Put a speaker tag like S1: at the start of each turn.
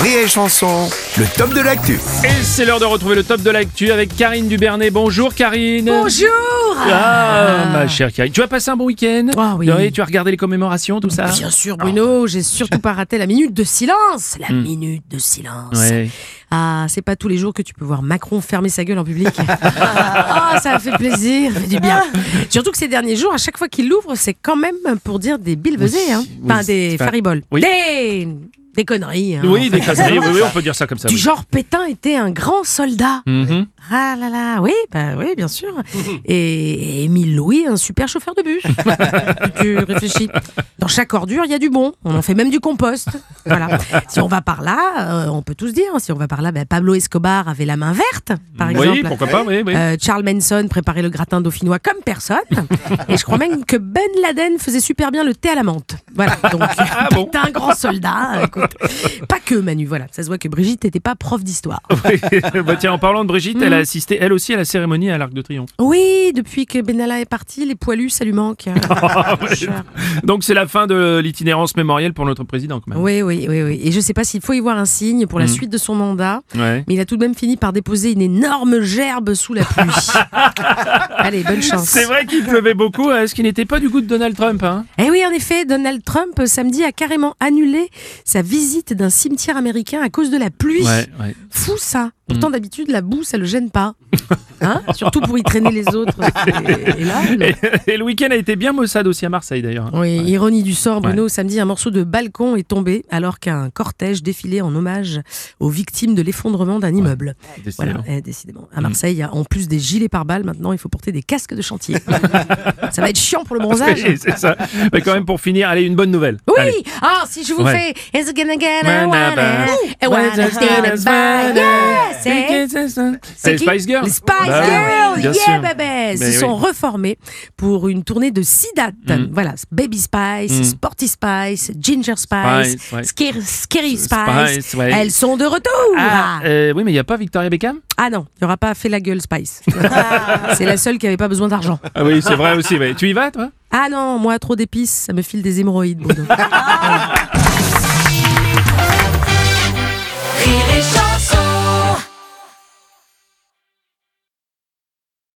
S1: Rire et chanson, le top de l'actu.
S2: Et c'est l'heure de retrouver le top de l'actu avec Karine Dubernay. Bonjour Karine.
S3: Bonjour
S2: Ah, ma chère Karine. Tu as passé un bon week-end
S3: Ah oui.
S2: Tu as regardé les commémorations, tout ça
S3: Bien sûr Bruno, j'ai surtout pas raté la minute de silence La minute de silence
S2: Hmm. Ouais.
S3: Ah, c'est pas tous les jours que tu peux voir Macron fermer sa gueule en public. Ah, ça fait plaisir, ça fait du bien. Surtout que ces derniers jours, à chaque fois qu'il l'ouvre, c'est quand même pour dire des bilvesées, hein.
S2: oui,
S3: enfin des
S2: c'est pas-
S3: fariboles.
S2: Oui.
S3: Des... des conneries. hein.
S2: Oui, des casseries, oui, oui, on peut dire ça comme ça.
S3: Du
S2: oui.
S3: genre Pétain était un grand soldat.
S2: Mhm.
S3: Ah là là, oui, bah oui, bien sûr. Et et Émile Louis, un super chauffeur de bus. tu réfléchis. Dans chaque ordure, il y a du bon. On en fait même du compost. Voilà. Si on va par là, euh, on peut tous dire. Si on va par là, bah, Pablo Escobar avait la main verte, par
S2: Oui,
S3: exemple.
S2: pourquoi pas, oui, oui.
S3: Euh, Charles Manson préparait le gratin dauphinois comme personne. Et je crois même que Ben Laden faisait super bien le thé à la menthe. Voilà, donc
S2: Ah bon
S3: t'es un grand soldat. écoute. Pas que Manu, voilà. Ça se voit que Brigitte n'était pas prof d'histoire.
S2: Bah, tiens, en parlant de Brigitte,
S3: Mhm.
S2: elle a assisté elle aussi à la cérémonie à l'Arc de Triomphe.
S3: Oui, depuis que Benalla est parti, les poilus, ça lui manque. Ah,
S2: Donc c'est la fin de l'itinérance mémorielle pour notre président quand même.
S3: oui, oui, oui, oui. Et je sais pas s'il faut y voir un signe
S2: Mm.
S3: pour la suite de son mandat,
S2: Ouais.
S3: mais il a tout de même fini par déposer une énorme gerbe sous la pluie. Allez, bonne chance.
S2: C'est vrai qu'il pleuvait beaucoup, hein, ce qui n'était pas du goût de Donald Trump. Hein
S3: Eh oui, en effet, Donald Trump, euh, samedi, a carrément annulé sa visite d'un cimetière américain à cause de la pluie.
S2: ouais. Mm.
S3: Fou ça. Pourtant, d'habitude, la boue, ça le gêne pas. Hein Surtout pour y traîner les autres. Et- et là, non.
S2: Et, et le week-end a été bien maussade aussi à Marseille d'ailleurs. hein.
S3: Oui, ironie du sort, Bruno, samedi, un morceau de balcon est tombé alors qu'un cortège défilait en hommage aux victimes de l'effondrement d'un immeuble. Voilà,
S2: Décidément.
S3: eh, décidément. À
S2: Mm.
S3: Marseille, il y a en plus des gilets pare-balles, maintenant, il faut porter des casques de chantier. ça va être chiant pour le bronzage.
S2: Oui, c'est ça. Mais quand même, pour finir, allez, une bonne nouvelle.
S3: Oui
S2: Allez.
S3: Ah, si je vous
S2: Ouais.
S3: fais It's gonna get Eh,
S2: When
S3: better,
S2: I-
S3: it
S2: when
S3: wanna
S2: I
S3: get
S2: stand
S3: better. Yeah, c'est-
S2: by- C'est
S3: C'est
S2: les
S3: qui
S2: Spice Girls.
S3: Les Spice
S2: Bah oui,
S3: Girls,
S2: bien
S3: yeah,
S2: sûr.
S3: bébé.
S2: Mais
S3: Ils se sont
S2: oui. Mm.
S3: reformés pour une tournée de six dates. Voilà, Baby Spice, Sporty Spice, Ginger Spice,
S2: Spice, ouais.
S3: Scary, Scary Spice.
S2: Spice, ouais.
S3: Elles sont de retour.
S2: Ah,
S3: Ah,
S2: euh, oui, mais il n'y a pas Victoria Beckham
S3: non, il n'y aura pas fait la gueule Spice. C'est la seule qui n'avait pas besoin d'argent.
S2: Ah oui, c'est vrai aussi. ouais. Tu y vas, toi
S3: Ah non, moi, trop d'épices, ça me file des hémorroïdes. Bruno.
S4: Rire et chanson.